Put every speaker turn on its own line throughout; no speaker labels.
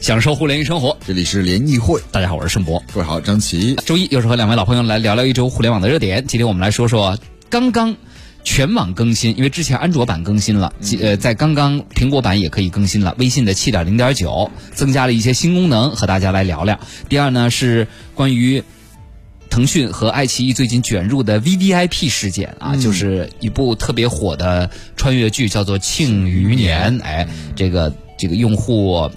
享受互联娱生活。
这里是联谊会，
大家好，我是盛博。
各位好，张琪。
周一又是和两位老朋友来聊聊一周互联网的热点。今天我们来说说刚刚全网更新，因为之前安卓版更新了，即呃，在刚刚苹果版也可以更新了。微信的七点零点九增加了一些新功能，和大家来聊聊。第二呢是关于。腾讯和爱奇艺最近卷入的 VVIP 事件啊，就是一部特别火的穿越剧，叫做《庆余年》。哎，这个这个用户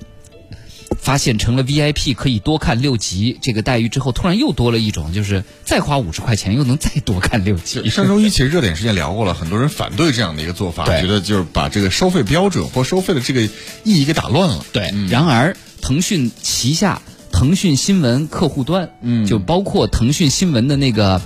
发现成了 VIP 可以多看六集这个待遇之后，突然又多了一种，就是再花五十块钱又能再多看六集。
上周一其实热点事件聊过了，很多人反对这样的一个做法，
对
觉得就是把这个收费标准或收费的这个意义给打乱了。
对，然而腾讯旗下腾讯新闻客户端，嗯，就包括腾讯新闻的那个。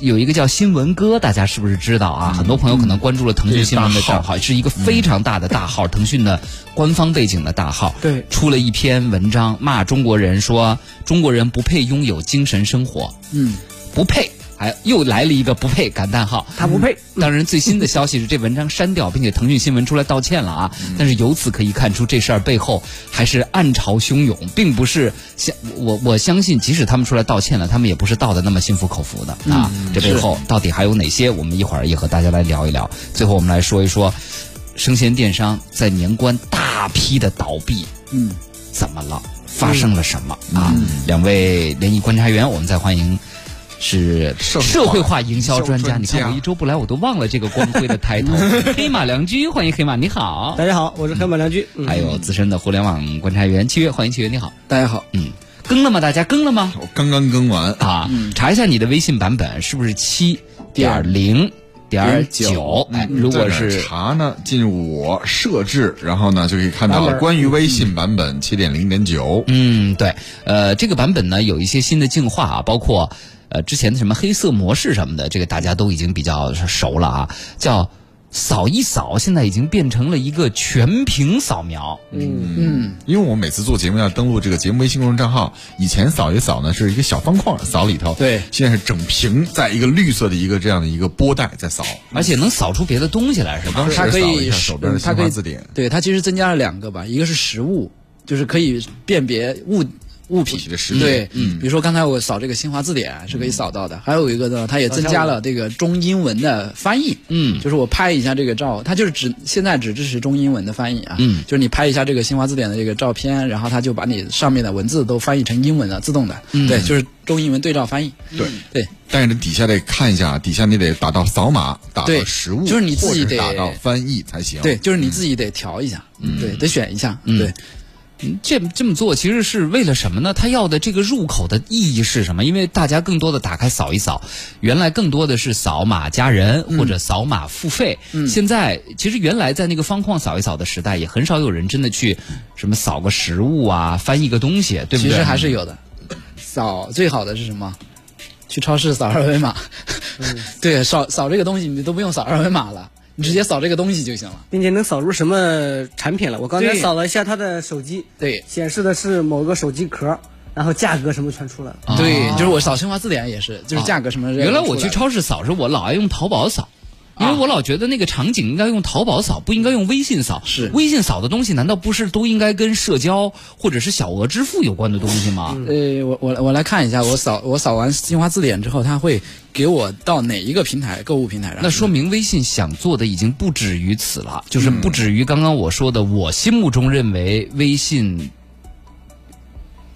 有一个叫新闻哥，大家是不是知道啊？很多朋友可能关注了腾讯新闻的账号，是一个非常大的大号，腾讯的官方背景的大号。
对
出了一篇文章骂中国人说，中国人不配拥有精神生活，
嗯，
不配。哎，又来了一个不配感叹号，嗯
他不配。
当然，最新的消息是这文章删掉，并且腾讯新闻出来道歉了啊。
嗯
但是由此可以看出，这事儿背后还是暗潮汹涌，并不是相我我相信，即使他们出来道歉了，他们也不是道的那么心服口服的
嗯
啊。这背后到底还有哪些？我们一会儿也和大家来聊一聊。最后，我们来说一说生鲜电商在年关大批的倒闭，
嗯，
怎么了？发生了什么、啊？两位联谊观察员，我们再欢迎。是
社会化
社会化营销专家，
营销专
你看
家
我一周不来，我都忘了这个光辉的抬 头。黑马良驹，欢迎黑马，你好。
大家好，我是黑马良驹。嗯
哎
还有资深的互联网观察员七月，欢迎七月，你好。
大家好，
嗯，更了吗？大家更了吗？
我刚刚更完，
啊，查一下你的微信版本是不是七点零点九？哎，如果
在哪儿
是
查呢，进入我设置，然后呢就可以看到
版
了
本
关于微信版本七点零点九。
嗯，对，呃，这个版本呢有一些新的进化啊，包括呃之前的什么黑色模式什么的，这个大家都已经比较熟了啊，叫扫一扫，现在已经变成了一个全屏扫描。
嗯，
因为我每次做节目要登录这个节目微信公众账号，以前扫一扫呢是一个小方框扫里头，
对
现在是整屏在一个绿色的一个这样的一个波带在扫。
而且能扫出别的东西来，是吧
当？时
它可
扫了一
以
下手边的
嗯它
新
可
华
以
字典，
对它其实增加了两个吧，一个是实物，就是可以辨别物物
物
品
体的识别
对，嗯，比如说刚才我扫这个新华字典啊是可以扫到的，还有一个呢，它也增加了这个中英文的翻译，
嗯
就是我拍一下这个照，它就是只现在只支持中英文的翻译啊，
嗯
就是你拍一下这个新华字典的这个照片，然后它就把你上面的文字都翻译成英文了，自动的，对，就是中英文对照翻译，
对
对，
嗯但是底下得看一下，底下你得打到扫码，打到
对
实物，
就是你自己
或者
得
打到翻译才行。
对，，就是你自己得调一下，对，得选一下，对，
这这么做其实是为了什么呢？他要的这个入口的意义是什么？因为大家更多的打开扫一扫，原来更多的是扫码加人
嗯
或者扫码付费。现在其实原来在那个方框扫一扫的时代，也很少有人真的去什么扫个实物啊，翻译个东西，对不对？
其实还是有的。扫最好的是什么？去超市扫二维码。
嗯
对，扫扫这个东西你都不用扫二维码了，你直接扫这个东西就行了。
并且能扫出什么产品了。我刚才
对
扫了一下它的手机，
对
显示的是某个手机壳，然后价格什么全出来了。
对，就是我扫新华字典也是，就是价格什么之
啊嗯
类的
原来
出来了。
我去超市扫是我老爱用淘宝扫。
啊
因为我老觉得那个场景应该用淘宝扫，不应该用微信扫。
是
微信扫的东西，难道不是都应该跟社交或者是小额支付有关的东西吗？
呃，我我我来看一下，我扫我扫完新华字典之后，它会给我到哪一个平台购物平台上？
那说明微信想做的已经不止于此了，就是不止于刚刚我说的，我心目中认为微信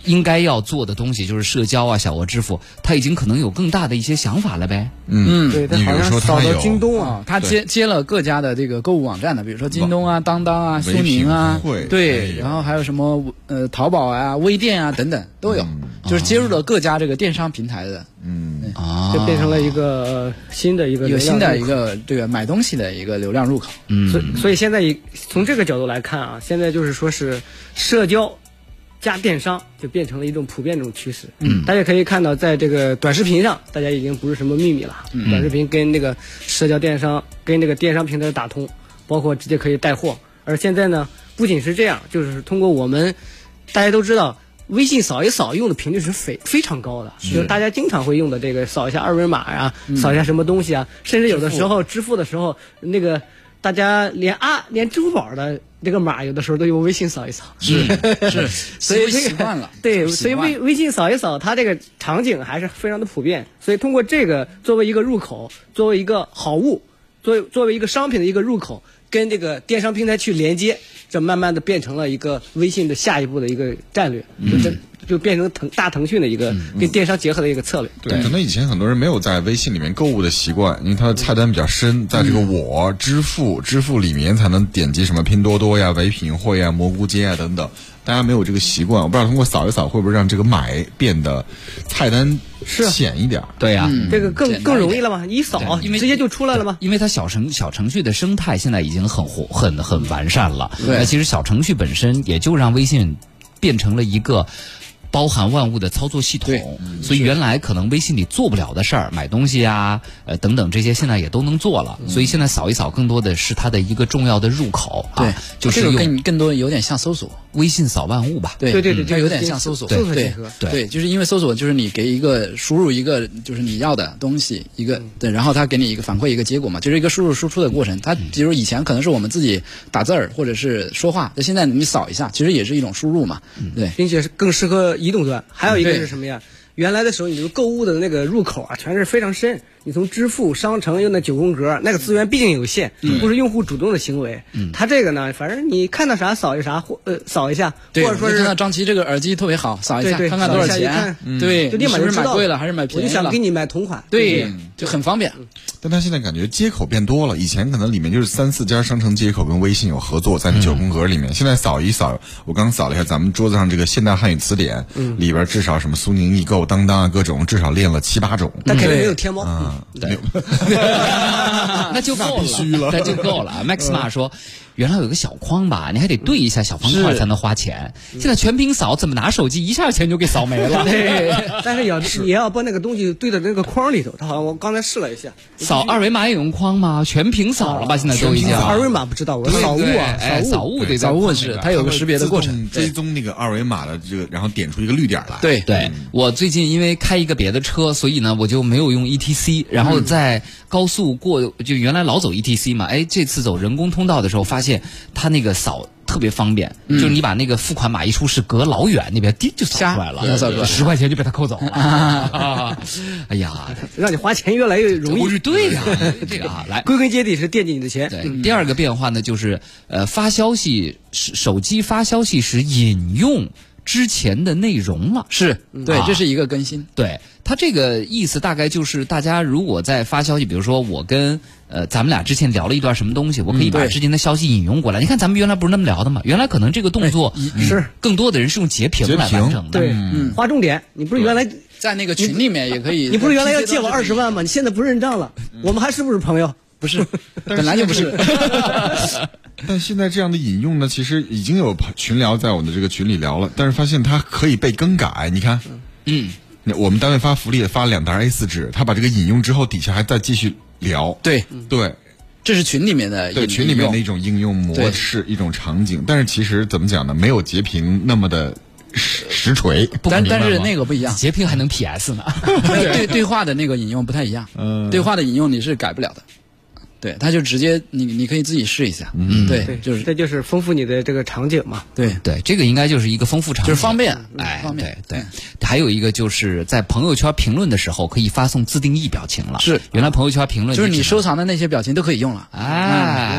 应该要做的东西，就是社交啊、小额支付，它已经可能有更大的一些想法了呗。
嗯，
对，它
你比
好
如说
像
它
扫到
有
京东啊，
啊，它接接了各家的这个购物网站的，比如说京东啊、当当啊、苏
唯品
宁啊
会，哎
对，
呦
然后还有什么呃淘宝啊、微店啊等等都有，
嗯啊
就是接入了各家这个电商平台的
嗯，
啊
就变成了一个、呃新的一个
一个
流量
新的一
入口。嗯
个这个买东西的一个流量入口。
所以所以现在也从这个角度来看啊，现在就是说是社交加电商就变成了一种普遍这种趋势。嗯，大家可以看到，在这个短视频上，大家已经不是什么秘密了。嗯，短视频跟那个社交电商跟那个电商平台打通，包括直接可以带货。而现在呢，不仅是这样，就是通过我们大家都知道。微信扫一扫用的频率是非非常高的，就是大家经常会用的这个扫一下二维码呀、扫一下什么东西啊，甚至有的时候支付的时候，那个大家连啊连支付宝的这个码有的时候都用微信扫一扫。
是 是，
所以这个
习习惯了，
对，
习
所以
惯
微微信扫一扫，它这个场景还是非常的普遍。所以通过这个作为一个入口，作为一个好物，作为作为一个商品的一个入口，跟这个电商平台去连接，这慢慢的变成了一个微信的下一步的一个战略，
嗯
就这就变成腾大腾讯的一个跟电商结合的一个策略。
嗯
对，可能以前很多人没有在微信里面购物的习惯，因为它的菜单比较深，在这个我、支付、支付里面才能点击什么拼多多呀、唯品会呀、蘑菇街呀等等，大家没有这个习惯，我不知道通过扫一扫会不会让这个买变得菜单
啊
浅一点儿。
对呀、
这个更
简单一点
更容易了嘛？一扫
对因为
直接就出来了嘛？
因为它小程小程序的生态现在已经很活很很完善了。
对
那其实小程序本身也就让微信变成了一个。包含万物的操作系
对
统，所以原来可能微信里做不了的事儿，买东西啊，呃等等这些，现在也都能做了。所以
嗯
现在扫一扫，更多的是它的一个重要的入口啊
对，，
就是
这个
用
更更多有点像搜索，
微信扫万物吧。
对
对对对
嗯
这
它
个
有点
跟
像搜索，
搜索
对
结合
对
对，就是因为搜索就是你给一个输入一个就是你要的东西一个
嗯
对，然后它给你一个反馈一个结果嘛，就是一个输入输出的过程。它
嗯
比如以前可能是我们自己打字儿或者是说话，那现在你扫一下，其实也是一种输入嘛，对
并且是更适合移动端。还有一个
嗯对
是什么呀？原来的时候，你这个购物的那个入口啊，全是非常深。你从支付、商城又那九宫格，那个资源毕竟有限，
嗯
不是用户主动的行为。他这个呢，反正你看到啥扫一啥，或呃扫一下，或
对，
者说
我就看到
是
张琪这个耳机特别好，扫一
对
下
对
看看多少
扫一下一
钱嗯
看，嗯
对，
就立马
你
就是知道
买贵了还是买
我
便
就
宜了
想给，你买同款。
对，嗯就很方便，
但它现在感觉接口变多了，以前可能里面就是三四家商城接口跟微信有合作，在那九宫格里面，现在扫一扫，我刚扫了一下咱们桌子上这个现代汉语词典，里边至少什么苏宁易购、当当啊各种，至少练了七八种。
但肯定没有天猫。嗯
啊，没有
那就够了，那就够了。Max 啊玛说，原来有个小框吧，你还得对一下小方块才能花钱，现在全屏扫，怎么拿手机一下钱就给扫没了？
对，但是也要也要把那个东西对到那个框里头。他好像我刚才试了一下，
扫二维码也用框吗？全屏扫了吧？现在都已经
二维码不知道，我
对
扫物
对
啊，
哎
扫
扫
物。
物得在
扫
框
问
里
是
边
它 有个识别的过程，对
追踪那个二维码的这个，然后点出一个绿点来。
对
对我最近因为开一个别的车，所以呢我就没有用 ETC，然后在高速过就原来老走 ETC 嘛，哎，这次走人工通道的时候发现它那个扫。特别方便，就是你把那个付款码一出示，隔老远那边滴就扫出来
啪
了，
扫出来
十块钱就被他扣走了。 啊哎呀，
让你花钱越来越容
我
易
是。对呀，这个啊，来，
归根结底是惦记你的钱。
对，第二个变化呢，就是呃，发消息手手机发消息时引用之前的内容了。
是，对
啊，
这是一个更新，
对他这个意思大概就是，大家如果在发消息，比如说我跟呃咱们俩之前聊了一段什么东西，我可以
嗯
把
对
之前的消息引用过来。你看咱们原来不是那么聊的嘛？原来可能这个动作
是
更多的人是用截屏
截
来
屏
完成的。
对，
嗯
嗯划重点。你不是原来，
在那个群里面也可以，
你不是原来要借我二十万吗？你现在不认账了，
嗯
我们还是不是朋友？
不是，本来就不是。
但现在这样的引用呢，其实已经有朋群聊在我们的这个群里聊了，但是发现它可以被更改。你看，
嗯，
那我们单位发福利发了两沓 A 四纸，他把这个引用之后，底下还再继续聊。
对，
对
这是群里面的
对，
引
群里面
引
的
用
一种应用模式，一种场景。但是其实怎么讲呢？没有截屏那么的实实锤。
不
但
明白
但是
吗
那个不一样
截屏还能 PS 呢。
对对对话的那个引用不太一样，
嗯
对话的引用你是改不了的，对，他就直接你你可以自己试一下，嗯，对，就是
这就是丰富你的这个场景嘛。
对，
对，这个应该就是一个丰富场景，
就是方便
哎，
方便
对对，还有一个就是在朋友圈评论的时候可以发送自定义表情了。
是
原来朋友圈评论
嗯就是
只
你
能
收藏的那些表情都可以用了，
嗯原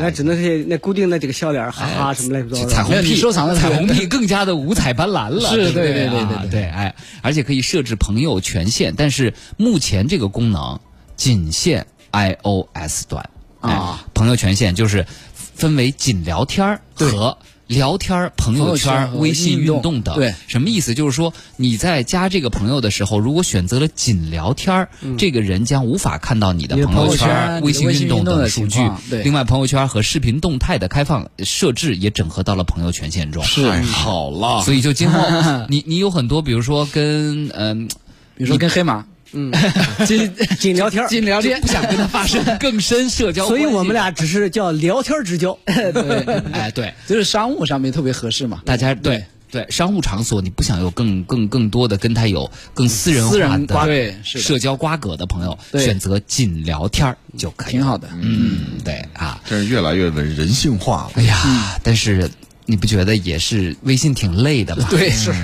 来
哎。
只能是那固定那几个笑脸，哈
啊哎
哈什么乱七八糟
彩
的。
虹
没有
屁，
你收藏的
彩虹屁更加的五彩斑斓了，
是
对不对
对对对
啊
对
对，哎，而且可以设置朋友权限，但是目前这个功能仅限 iOS 端哎
啊
朋友权限就是分为仅聊天儿和聊天儿、朋
朋
友
友
圈儿、
圈和
微信
运
运
动
动等，
对
什么意思？就是说你在加这个朋友的时候，如果选择了仅聊天儿，这个人将无法看到你的
你的
朋友
朋友
圈
圈
儿、
嗯你的
微信
微信
运动
运动
等
的
数
情
据
况。对
另外，朋友圈和视频动态的开放设置也整合到了朋友权限中。
是
太好了，
所以就 今后你你有很多，比如说跟嗯，
比如说跟黑马
仅仅聊天儿，
仅聊天
不，想跟他发生更深社 交，
所以我们。俩只是叫聊天之交。
对，
哎，对，
就是商务上面特别合适嘛，
大家对对商务场所，你不想有更更更多的跟他有更私人
私
化
人瓜
的
对是的
社交瓜葛的朋友，
对
选择仅聊天儿就可以。
挺好。的。
嗯，对啊，
这是越来越的人性化了。
哎呀，
嗯
但是你不觉得也是微信挺累的吗？
对，是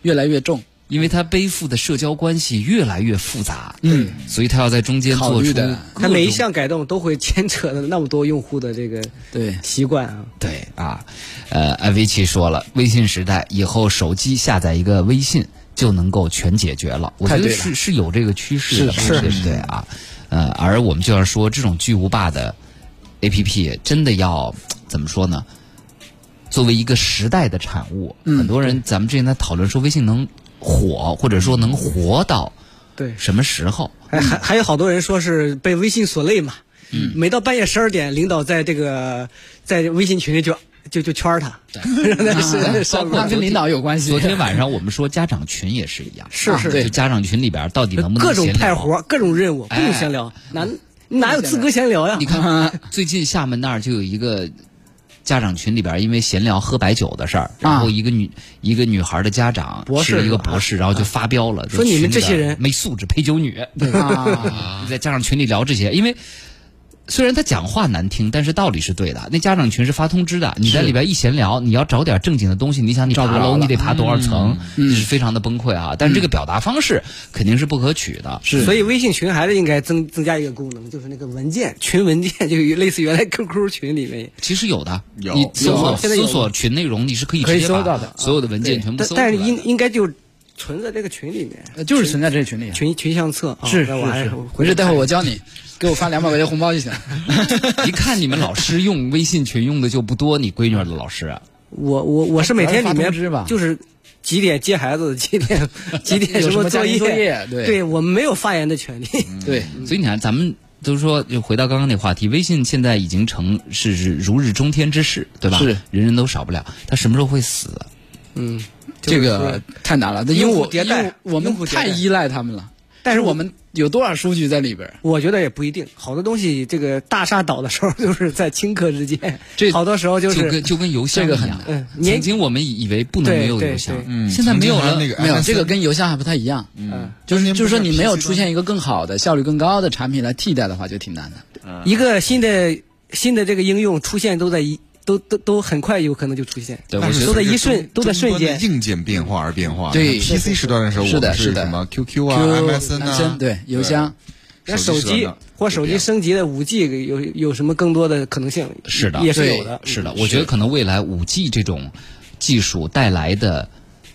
越来越重，
因为他背负的社交关系越来越复杂，嗯，所以他要在中间
考
做
虑
出
的
各
它每一
种
项改动都会牵扯那么多用户的这个
对，
习惯啊。
对啊，呃，艾维奇说了，微信时代以后，手机下载一个微信就能够全解决了。我觉
太
得
对了
是是有这个趋势的，
是
对不对啊？呃，而我们就要说，这种巨无霸的 APP 真的要怎么说呢？作为一个时代的产物，
嗯
很多人咱们之前在讨论说微信能火，或者说能活到
对，
什么时候？
还哎还还有好多人说是被微信所累嘛，
嗯
每到半夜十二点，领导在这个在微信群里就就就圈儿他， 让他是
包括
上
那
班
昨
啊跟
天
领导有关系。
昨天晚上我们说家长群也是一样，
是
啊
是
就家长群里边到底能不能
各种
闲
派
聊哎
活儿，各种任务，各种闲聊，哪哪有资格闲聊呀
你？看，最近厦门那儿就有一个家长群里边，因为闲聊喝白酒的事儿，然后一个女、一个女孩的家长
啊博士
是一个
是吧啊
博士，然后就发飙了，就
说你
群
们
里
这些
边
人
没素质，陪酒女，
啊，
在家长群里聊这些，因为。虽然他讲话难听，但是道理是对的。那家长群是发通知的，你在里边一闲聊，你要找点正经的东西，你想你
找
爬
不着
楼
了
你得爬多少层，这
嗯
是非常的崩溃啊！但是这个表达方式肯定是不可取的，
是
所以微信群还是应该增增加一个功能，就是那个文件群文件，就类似原来 QQ 群里面。
其实有的，
有
你搜
有
索
现在有
搜索群内容，你是可以
可以
直接
搜到
把
的啊
所有的文件全部
但
搜出来
但
的。
是应应该就存在这个群里面，
呃就是存在这群里。
群群相册。啊
是
那我还
是是，
回
没
去
事，待会
看
儿我教你，给我发两百块钱红包 就行。
一看你们老师用微信群用的就不多，你闺女儿的老师啊
我我我是每天里
发
面
通知吧
就是几点接孩子，几 点几点
有什
么
么家
作
庭
业，
作业对嗯
我没有发言的权利。
对，
嗯
所以你看，咱们都说，就回到刚刚那话题，微信现在已经成是是如日中天之势，对吧？
是，
人人都少不了。它什么时候会死？啊
嗯，
这
就是
个
说，
太难了，因为
用户
我
迭
因
代
为我
用
们
户迭
太
代
依赖他们了。
但是
我
我们
们有多少数据在里边儿？
我觉得也不一定，好多东西这个大厦倒的时候就是在顷刻之间，
这
好多时候就
就是跟就跟邮箱一
这个很
样
难，
嗯年
曾经我们以为不能
对
没有
对
邮箱
对，
嗯，
现在没有了
曾经还那个
没有，
MSN
这个跟邮箱还不太一样。
嗯
就是
当年
就
不
是说，
是
你没有
PC
出现一个更好的、效率更高的产品来替代的话，就挺难的。
一个新的新的这个应用出现都在一都都都很快有可能就出现。
对，
但
我
是
觉
都
得
在
随着
一瞬
终
都在瞬
终端
间
的硬件变化而变化。
对
你看 PC 时代的时候，
是
我
的
们
是的
什么 QQ 啊、
Q-
MSN 啊，
对邮箱，
那手机或手机升级的五 G 有有什么更多的可能性？
是的
呃嗯也是
对
有的。
是的，我觉得可能未来五 G 这种技术带来的，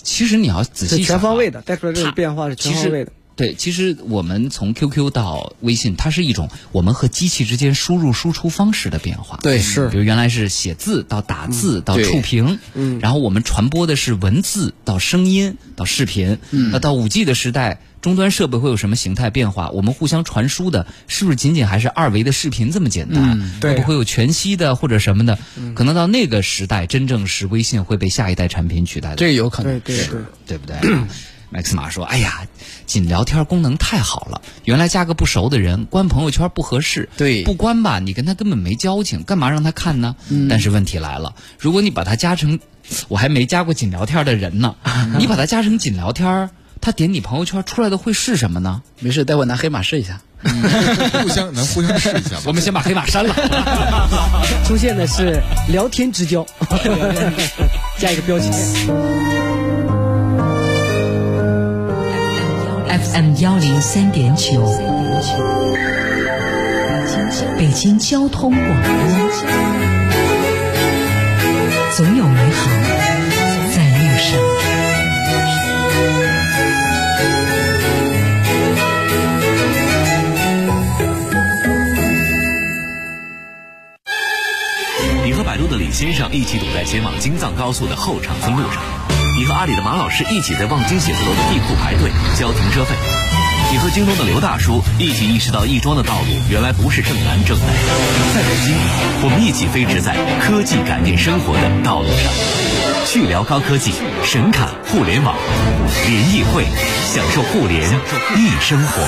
其实你要仔细
是全
想啊
方位的，带出来这种变化是全方位的。
对，其实我们从 QQ 到微信，它是一种我们和机器之间输入输出方式的变化。嗯
对是
比如原来是写字到打字到触屏，嗯，然后我们传播的是文字到声音到视频，嗯，那到五 G 的时代，终端设备会有什么形态变化？我们互相传输的是不是仅仅还是二维的视频这么简单？
对
会不会有全息的或者什么的？可能到那个时代，真正是微信会被下一代产品取代的。
这个有可能。
对对，
对不对？ 麦克斯马说：“哎呀，仅聊天功能太好了，原来加个不熟的人，关朋友圈不合适。
对
不关吧，你跟他根本没交情，干嘛让他看呢？但是问题来了，如果你把他加成，我还没加过仅聊天的人 呢，你把他加成仅聊天儿，他点你朋友圈出来的会是什么呢？
没事，待会儿拿黑马试一下。
互相能互相试一下吗？
我们先把黑马删了。”
出现的是聊天之交，加一个标签。
FM 幺零三点九，北京交通广播，总有美好在路上。
你和百度的李先藏一起堵在前往京藏高速的后场村路上，你和阿里的马老师一起在望京写字楼的地库排队交停车费，你和京东的刘大叔一起意识到亦庄的道路原来不是正南正北，在北京，我们一起飞驰在科技改变生活的道路上，去聊高科技，神侃互联网，联谊会，享受互联易生活。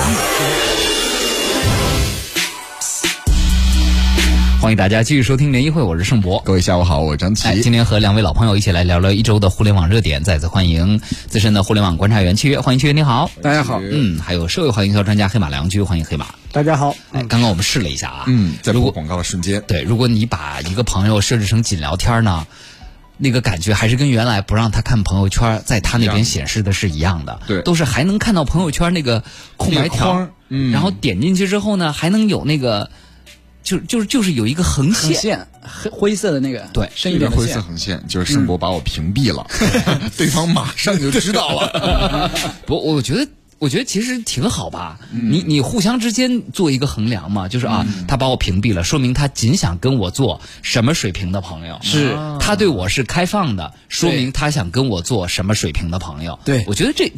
欢迎大家继续收听联谊会，我是盛博。
各位下午好，我是张
哎，
琪。
今天和两位老朋友一起来聊聊一周的互联网热点，再次欢迎资深的互联网观察员七月，欢迎七月，你好。
大家好，
嗯，还有社会化营销专家黑马良驹，欢迎黑马。
大家好，
哎，刚刚我们试了一下啊，
嗯，在
如
播
果
广告的瞬间，
对，如果你把一个朋友设置成仅聊天呢，那个感觉还是跟原来不让他看朋友圈，在他那边显示的是一样的，
对
都是还能看到朋友圈那个空白
那个
条
框，嗯
然后点进去之后呢，还能有那个，就就是就是有一个横
横
线，
线黑灰色的那个，
对
深一
这个
点的
灰
线
色。横线就是盛博把我屏蔽了，对方马上就知道了。
不，我觉得。我觉得其实挺好吧，
嗯
你你互相之间做一个衡量嘛，就是啊，他把我屏蔽了，说明他仅想跟我做什么水平的朋友，
是
他对我是开放的，说
对
明他想跟我做什么水平的朋友。
对
我觉得这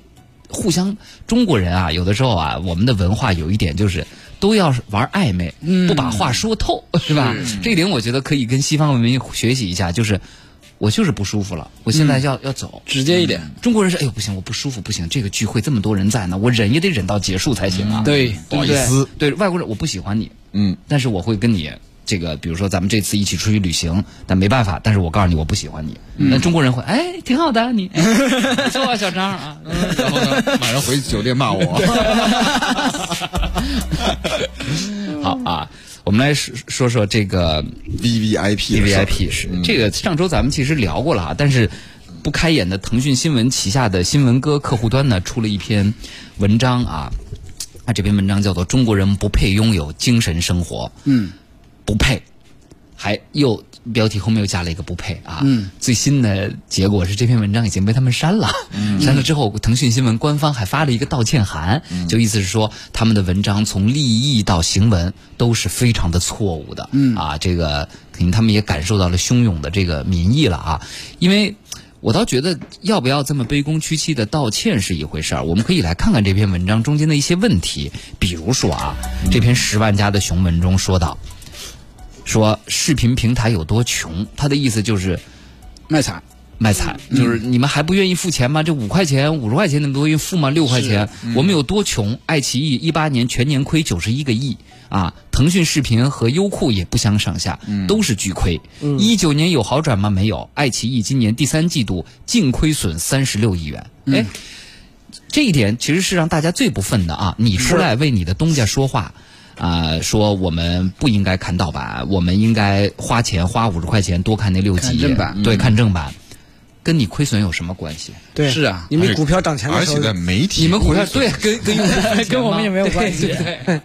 互相中国人啊，有的时候啊，我们的文化有一点就是都要玩暧昧，
嗯
不把话说透，是吧？这一点我觉得可以跟西方文明学习一下，就是我就是不舒服了，我现
嗯
在要、要走，
直接一点。
嗯
中国人是哎呦不行，我不舒服不行，这个聚会这么多人在呢，我忍也得忍到结束才行啊。
对，
对不
嗯不好意思
对外国人我不喜欢你，
嗯，
但是我会跟你这个，比如说咱们这次一起出去旅行，但没办法，但是我告诉你我不喜欢你。那、中国人会哎挺好的 你，哎不错啊小张啊，嗯
然后呢， 马上回酒店骂我。
好啊。我们来说说说这个
V V I P 嗯
V I P 是这个，上周咱们其实聊过了啊，但是不开眼的腾讯新闻旗下的新闻歌客户端呢，出了一篇文章啊，它这篇文章叫做《中国人不配拥有精神生活》，
嗯，
不配，还又标题后面又加了一个不配啊，嗯，最新的结果是这篇文章已经被他们删了，删了之后，腾讯新闻官方还发了一个道歉函，就意思是说他们的文章从立意到行文都是非常的错误的，嗯啊，这个肯定他们也感受到了汹涌的这个民意了啊，因为。我倒觉得要不要这么卑躬屈膝的道歉是一回事儿，我们可以来看看这篇文章中间的一些问题，比如说啊，这篇十万加的雄文中说到，说视频平台有多穷，他的意思就是
卖惨。
卖惨，
嗯
就是你们还不愿意付钱吗？这五块钱、五十块钱，你们不愿意付吗？六块钱，
嗯
我们有多穷？爱奇艺一八年全年亏九十一个亿啊，腾讯视频和优酷也不相上下，
嗯
都是巨亏。一九年有好转吗？没有，爱奇艺今年第三季度净亏损三十六亿元。
嗯
哎，这一点其实是让大家最不忿的啊！你出来为你的东家说话。啊、说我们不应该看盗版，我们应该花钱花五十块钱多看那六集，
看正版嗯
对，看正版，跟你亏损有什么关系？
对，
是啊
你们股票涨钱的
而
时候
且，在媒体，
你们股票对跟跟用户 分钱
跟我们也没有
吗
关 系嗯
对对对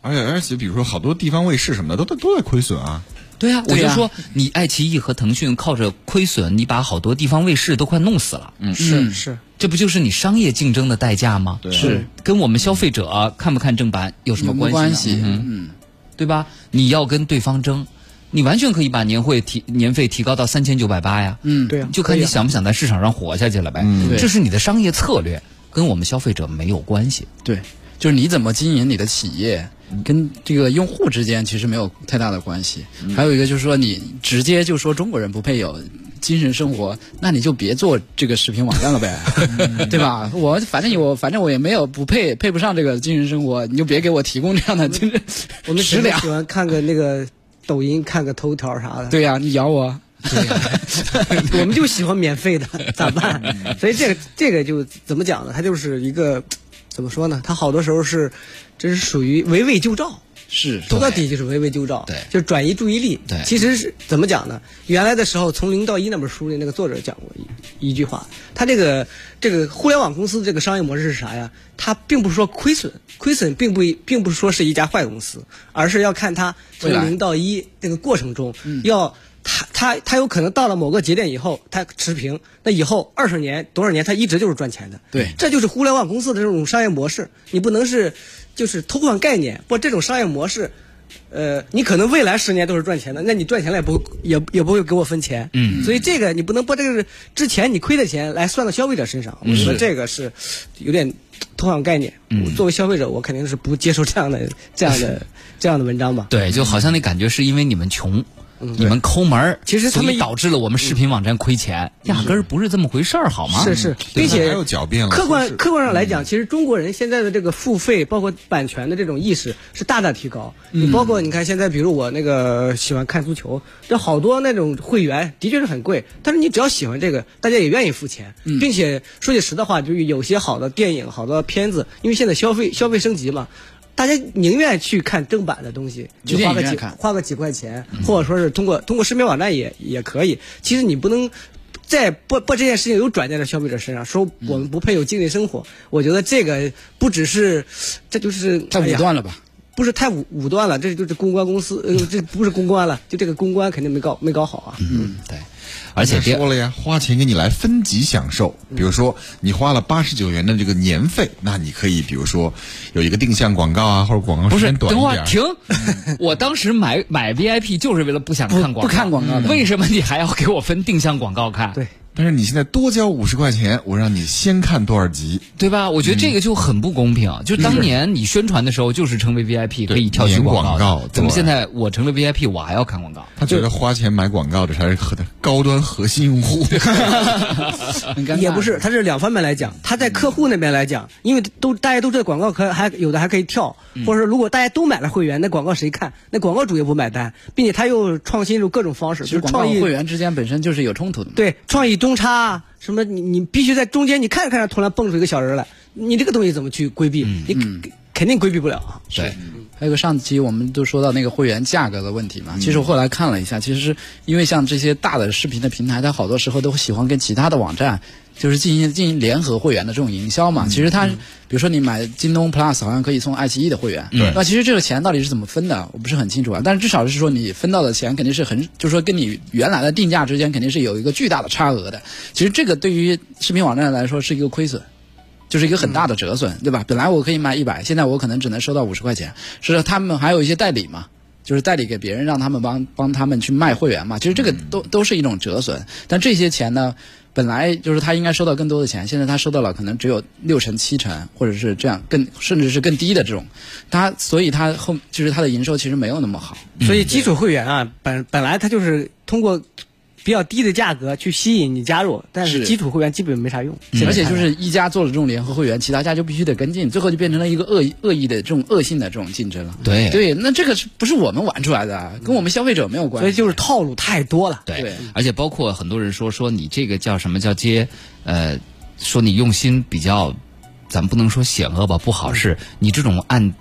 而且而且，比如说好多地方卫视什么的，都都在亏损啊。
对啊，我
对
就
啊
说你爱奇艺和腾讯靠着亏损，你把好多地方卫视都快弄死了，
嗯
是是，
这不就是你商业竞争的代价吗？
对啊是
跟我们消费者、看不看正版有什
有
么
没
关
有
系呢？
关系？嗯，
对吧？你要跟对方争，你完全可以把年会提年费提高到三千九百八呀，嗯
对啊
就看
可以
你
啊嗯
想不想在市场上活下去了呗。
对
这是你的商业策略，跟我们消费者没有关系。
对，就是你怎么经营你的企业，跟这个用户之间其实没有太大的关系。
嗯
还有一个就是说，你直接就说中国人不配有精神生活，那你就别做这个视频网站 了呗，对吧？我反正我反正我也没有不配配不上这个精神生活，你就别给我提供这样的精神。
我们
食
只
粮
喜欢看个那个抖音，看个头条啥的，
对呀、你咬我。
我们就喜欢免费的，咋办？所以这个这个就怎么讲呢？它就是一个怎么说呢？它好多时候是，这是属于围魏救赵。
是，
说到底就是围魏救赵，
对
就转移注意力。
对
其实是怎么讲呢？原来的时候，《从零到一》那本书里，那个作者讲过一一句话，他这个这个互联网公司这个商业模式是啥呀？它并不是说亏损，亏损并不并不是说是一家坏公司，而是要看它从
未来嗯
零到一这个过程中，要它它它有可能到了某个节点以后，它持平，那以后二十年多少年，它一直就是赚钱的。
对
这就是互联网公司的这种商业模式，你不能是就是偷换概念，不这种商业模式。呃，你可能未来十年都是赚钱的，那你赚钱了也不也也不会给我分钱，嗯，所以这个你不能把这个之前你亏的钱来算到消费者身上，我觉得这个嗯是嗯有点偷换概念。我作为消费者，我肯定是不接受这样的这样的这样的文章吧。
对，就好像那感觉是因为你们穷，你们抠门儿，
其实他
所
们
以导致了我们视频网站亏钱，压根儿不是这么回事儿，好吗？
是是，
嗯对
并且
还有狡辩了
客
是嗯
观客观上来讲，其实中国人现在的这个付费，包括版权的这种意识是大大提高。
嗯
你包括你看现在，比如我那个喜欢看足球，这好多那种会员的确是很贵，但是你只要喜欢这个，大家也愿意付钱，
嗯
并且说句实在话，就是有些好的电影、好的片子，因为现在消费消费升级嘛。大家宁愿去看正版的东西，
去
就花个
电影院
几
看
花个几块钱，或者说是通过通过视频网站也也可以。其实你不能在把把这件事情又转嫁到消费者身上，说
嗯
我们不配有经济生活。我觉得这个不只是，这就是
太
哎
武
呀
断了吧？
不是太武武断了，这就是公关公司，呃，这不是公关了，就这个公关肯定没搞没搞好啊。
嗯，对。而且第
说了呀，花钱给你来分级享受。比如说，你花了八十九元的这个年费，那你可以比如说有一个定向广告啊，或者广告
不
时
是，
间短
等
一
会儿
点。
停！ 我当时买买 VIP 就是为了不想看广告，
不看广告的
为什么你还要给我分定向广告看？
对
但是你现在多交五十块钱，我让你先看多少集，
对吧？我觉得这个就很不公平。就当年你宣传的时候，就是成为 VIP 可以跳取
免
广
广
的
告
怎么
对
现在我成了 VIP，我还要看广告？
他觉得花钱买广告的才是核高端核心用户。
很尴尬
哎也不是，它是两方面来讲，它在客户那边来
嗯
讲，因为都大家都知道广告可还有的还可以跳，或者说如果大家都买了会员，那广告谁看？那广告主也不买单，并且他又创新出各种方式，
其
就
实
是
广告
创意
会员之间本身就是有冲突的嘛。
对，创意中差什么你，你必须在中间，你看着看着突然蹦出一个小人来，你这个东西怎么去规避？
嗯
你肯肯定规避不了啊。
对，
还有个上期我们就说到那个会员价格的问题嘛，其实我后来看了一下，其实是因为像这些大的视频的平台，它好多时候都喜欢跟其他的网站。就是进行进行联合会员的这种营销嘛，其实它，比如说你买京东 Plus 好像可以送爱奇艺的会员，
对
那其实这个钱到底是怎么分的，我不是很清楚啊。但是至少是说你分到的钱肯定是很，就是说跟你原来的定价之间肯定是有一个巨大的差额的。其实这个对于视频网站来说是一个亏损，就是一个很大的折损，对吧？本来我可以卖一百，现在我可能只能收到五十块钱。是他们还有一些代理嘛，就是代理给别人，让他们帮帮他们去卖会员嘛。其实这个都都是一种折损，但这些钱呢，本来就是他应该收到更多的钱，现在他收到了可能只有六成、七成，或者是这样更甚至是更低的这种，他所以他后就是他的营收其实没有那么好。
所以基础会员啊，本本来它就是通过比较低的价格去吸引你加入，但是
是嗯
基础会员基本没啥用。
而且就是一家做了这种联合会员，其他家就必须得跟进，最后就变成了一个恶意、恶意的这种恶性的这种竞争了。
对
对，那这个是不是我们玩出来的啊？跟我们消费者没有关
所
系。
以就是套路太多了。
对，
对
而且包括很多人说说你这个叫什么叫接，呃，说你用心比较，咱不能说险恶吧，不好是，你这种按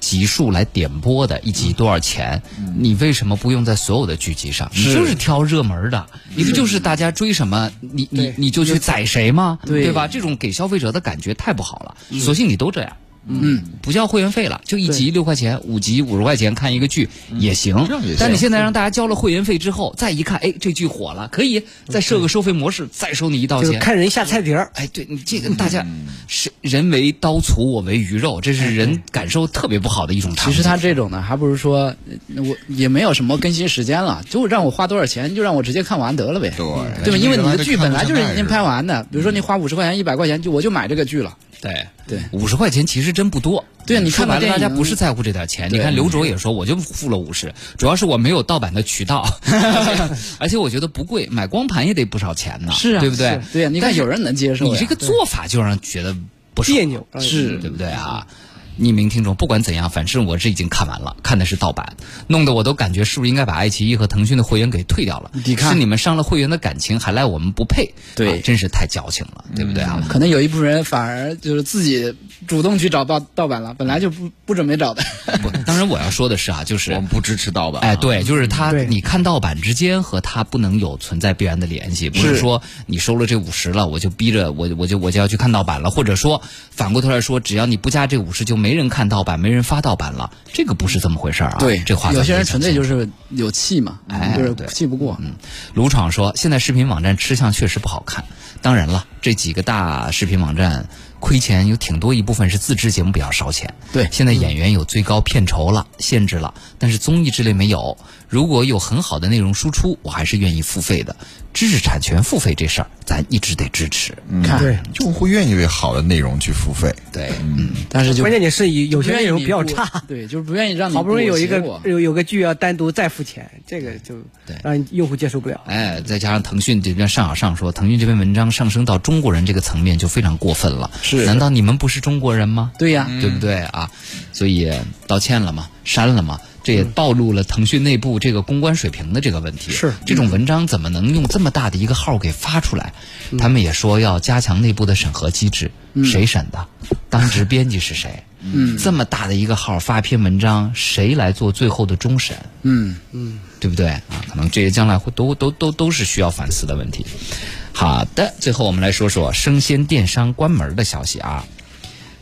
集数来点播的，一集多少钱，你为什么不用在所有的剧集上？你就是挑热门的，你不就是大家追什么，你你
对
你就去宰谁吗？
对
吧？这种给消费者的感觉太不好了，索性你都这样。嗯，不叫会员费了，就一集六块钱，五集五十块钱看一个剧也行。
这样也行
但你现在让大家交了会员费之后，再一看，哎，这剧火了，可以再设
嗯
个收费模式，再收你一道
就是
钱。
看人下菜碟儿，
哎，对你这个大家
嗯
是人为刀俎，我为鱼肉，这是人感受特别不好的一种场
哎
景。
其实他这种呢，还不如说呃我也没有什么更新时间了，就让我花多少钱，就让我直接看完得了呗。
对
对吧？因为你
原
的
来
剧
看
本
不
来
上
就是
爱
已经
是
拍
吧
完的，比如说你花五十块钱、一百块钱，就我就买这个剧了。
对
对，
五十块钱其实真不多。
对啊你
说
看
白了，
电
大
影嗯
家不是在乎这点钱。你看刘卓也说，我就付了五十，主要是我没有盗版的渠 道，而且我觉得不贵，买光盘也得不少钱呢，
是啊，
对不对
是？对呀，你看有人能接受呀。
你这个做法就让人觉得不爽
别扭
是对不对啊？匿名听众，不管怎样，反正我是已经看完了，看的是盗版，弄得我都感觉是不是应该把爱奇艺和腾讯的会员给退掉了？
你看
是你们伤了会员的感情，还赖我们不配，
对嗯
啊真是太矫情了，对不对啊？
可能有一部分人反而就是自己主动去找盗盗版了，本来就不不准备找的。
不，当然我要说的是啊，就是
我们不支持盗版。
哎，，对，就是他，
对
你看盗版之间和他不能有存在必然的联系，不是说你收了这五十了，我就逼着我我就我就要去看盗版了，或者说反过头来说，只要你不加这五十，就没人看盗版，没人发盗版了，这个不是这么回事儿啊。 这话
有些人
咱
纯
们得讲
粹
清楚
就是有气嘛，
哎
就是
对
气不过。
卢闯说，现在视频网站吃相确实不好看。当然了，这几个大视频网站亏钱有挺多一部分是自制节目比较烧钱。
对
现在演员有最高片酬了，限制了，但是综艺之类没有。如果有很好的内容输出，我还是愿意付费的。知识产权付费这事儿，咱一直得支持。
看，
对，
就会愿意为好的内容去付费。
对，
但是就
关键你是以有
不
些
愿意
内容
你
比较
顾
差，
对，就是不愿意让你
好不容易有一个
顾我结果
有有个剧要单独再付钱，这个就
对
让用户接受不了。
哎，再加上腾讯这边上小啊上说，腾讯这篇文章上升到中国人这个层面就非常过分了。
是
难道你们不是中国人吗？
对呀，
对不对啊？所以道歉了嘛，删了嘛，这也暴露了腾讯内部这个公关水平的这个问题。
是
这种文章怎么能用这么大的一个号给发出来？他们也说要加强内部的审核机制，谁审的？当值编辑是谁？嗯，这么大的一个号发一篇文章，谁来做最后的终审？
嗯，
对不对啊？可能这些将来会都都都都是需要反思的问题。好的，最后我们来说说生鲜电商关门的消息啊。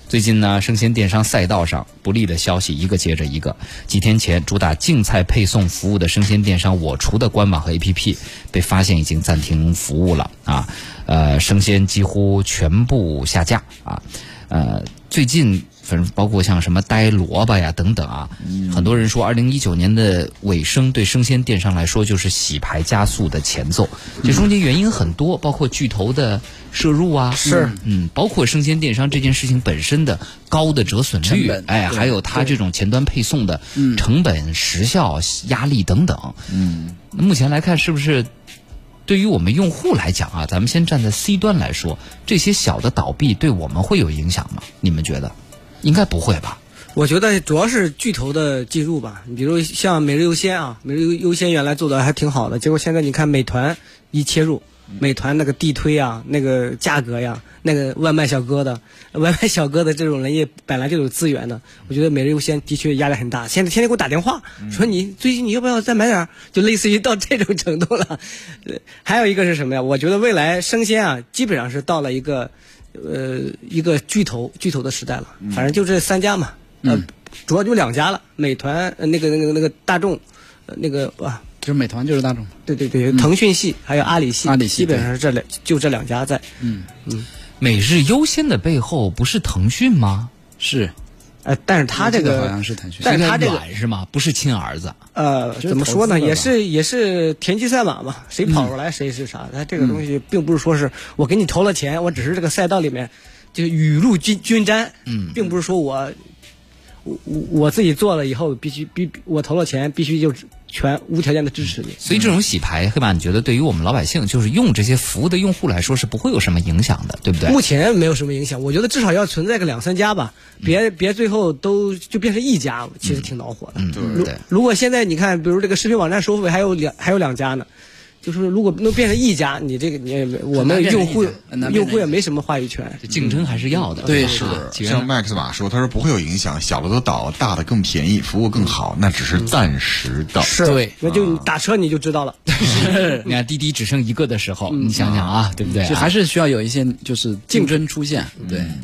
最近呢，生鲜电商赛道上不利的消息一个接着一个。几天前，主打竞菜配送服务的生鲜电商我厨的官网和 APP 被发现已经暂停服务了啊，呃，生鲜几乎全部下架啊，呃，最近反正包括像什么呆萝卜呀等等啊，
嗯
很多人说，二零一九年的尾声对生鲜电商来说就是洗牌加速的前奏。
嗯
这中间原因很多，包括巨头的摄入啊，
是
嗯，包括生鲜电商这件事情本身的高的折损
成
率
本，
哎，
对嗯
还有它这种前端配送的成本、时效压力等等。嗯，目前来看，是不是对于我们用户来讲啊，咱们先站在 C 端来说，这些小的倒闭对我们会有影响吗？你们觉得？应该不会吧？
我觉得主要是巨头的进入吧，你比如像每日优先啊，每日优先原来做的还挺好的，结果现在你看美团一切入，美团那个地推啊，那个价格呀，那个外卖小哥的， 外卖小哥的这种人也本来就有资源的，我觉得每日优先的确压力很大，现在天天给我打电话说你最近你要不要再买点儿，就类似于到这种程度了。 呃还有一个是什么呀？我觉得未来生鲜啊，基本上是到了一个。呃，一个巨头巨头的时代了，反正就这三家嘛，
嗯
呃，主要就两家了，美团、呃、那个那个那个大众，呃、那个啊，
就是美团就是大众，
对对对，腾讯系还有阿里系，
嗯阿里系嗯
基本上是这两就这两家在，
每日优先的背后不是腾讯吗？
是
呃，但是他这
这
个
好像是腾讯，
但是他这个
软是吗？不是亲儿子，
呃，
是
怎么说
投
呢？
资的
也
吧嗯
是也是田忌赛马嘛，谁跑出来谁是啥。它这个东西并不是说是我给你投了钱，我只是这个赛道里面就是雨露均均沾，嗯，并不是说我我我我自己做了以后必须必我投了钱必须就全无条件的支持你。
所以这种洗牌，黑马，你觉得对于我们老百姓，就是用这些服务的用户来说，是不会有什么影响的，对不对
目？前没有什么影响，我觉得至少要存在个两三家吧，别别最后都就变成一家，其实挺恼火的。
嗯，
如
对。
如果现在你看，比如这个视频网站收费还有两还有两家呢，就是如果能变成一家，你这个你也没我们
很难变成
用户
一家很难变成一家
用户也没什么话语权。
这竞争还是要的，
对
吧
是
啊起源
像 Max 马说，他说不会有影响，小的都倒，大的更便宜，服务更好，那只是暂时的。
是对，
那就你打车你就知道了，
你看滴滴只剩一个的时候，
嗯
你想想啊，对不对啊？
就还是需要有一些就是竞争出现，对。
嗯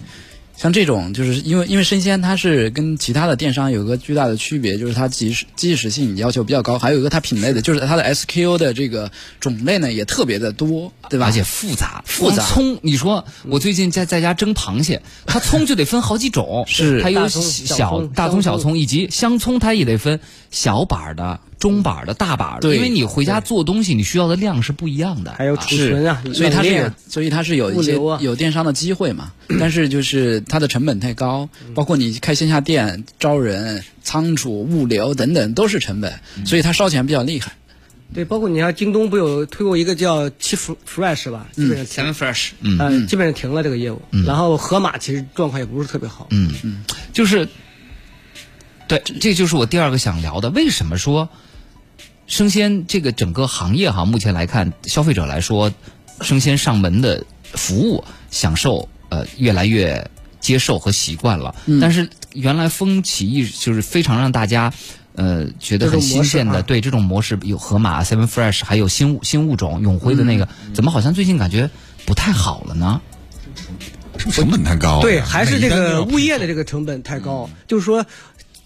像这种，就是因为因为生鲜它是跟其他的电商有个巨大的区别，就是它及时即时性要求比较高，还有一个它品类的，就是它的 SKU 的这个种类呢也特别的多，对吧？
而且复杂，
复杂
光葱。你说我最近在在家蒸螃蟹，它葱就得分好几种，
是
它有
大葱小
小
葱
大葱、
香葱
小葱以及香葱，它也得分小板儿的、中板儿的、大板儿的，
对
因为你回家做东西，你需要的量是不一样的。
还有
啊
储存啊，
所以
冷
它是
链
有
啊，
所以它是有一些
物流啊
有电商的机会嘛，但是就是它的成本太高，
嗯
包括你开线下店、招人、仓储、物流等等都是成本，所以它烧钱比较厉害。
对，包括你像京东不有推过一个叫七 fresh 吧，基本上
Seven
停，
fresh，嗯，
呃，基本上停了这个业务。然后盒马其实状况也不是特别好，
就是，对，这就是我第二个想聊的。为什么说生鲜这个整个行业哈，目前来看，消费者来说，生鲜上门的服务享受呃越来越接受和习惯了。
嗯
但是原来风起一就是非常让大家。呃，觉得很新鲜的，
这种模式啊
对这种模式有河马、Seven Fresh，还有新物新物种永辉的那个，
嗯
怎么好像最近感觉不太好了呢？
是不是成本太高啊？
对，还是
每
这
一单都
个
要
物业的这个成本太高，就是说。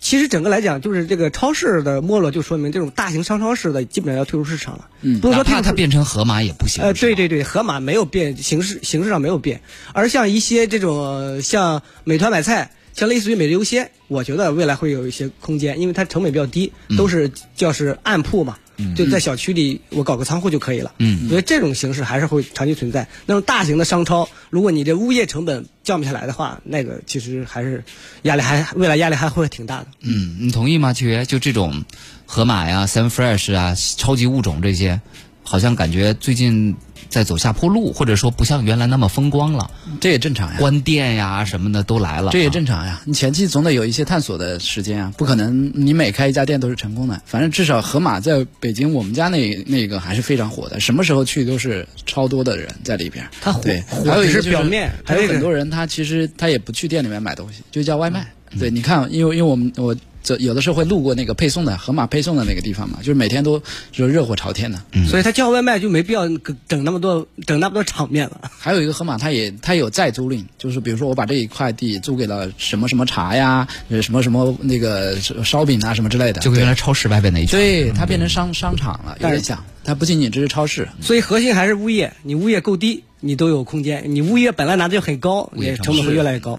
其实整个来讲，就是这个超市的没落，就说明这种大型商超市的基本上要退出市场了。嗯，不能
哪
说退
怕
出
它变成河马也不行。是
呃，
吧
对对对，盒马没有变，形式形式上没有变，而像一些这种呃像美团买菜，像类似于每日优鲜，我觉得未来会有一些空间，因为它成本比较低，都是叫是暗铺嘛，就在小区里我搞个仓库就可以了。
嗯，
所以这种形式还是会长期存在。那种大型的商超，如果你这物业成本降不下来的话，那个其实还是压力还未来压力还会挺大的。
嗯，你同意吗？屈爷，就这种河马呀、Sun Fresh 啊、超级物种这些，好像感觉最近在走下坡路，或者说不像原来那么风光了，
这也正常呀。
关店呀什么的都来了。啊
这也正常呀，你前期总得有一些探索的时间啊，不可能你每开一家店都是成功的。反正至少盒马在北京我们家那那个还是非常火的，什么时候去都是超多的人在里边。
它火
对，
火
还有一
只
个
是
就
表面它
还有
这个
很多人他其实他也不去店里面买东西，就叫外卖。
嗯
对，你看，因为因为我们我这有的时候会路过那个配送的盒马配送的那个地方嘛，就是每天都就是热火朝天的。
所以他叫外卖就没必要整那么多整那么多场面了。
还有一个盒马，它也它有再租赁，就是比如说我把这一块地租给了什么什么茶呀，呃什么什么那个烧饼啊什么之类的，
就跟原来超市外边那一圈。
对它变成商商场了，有
但是
点像。它不仅仅只是超市，
所以核心还是物业，你物业够低，你都有空间；你物业本来拿的就很高，
业
你
成
成本会
本
越来越高。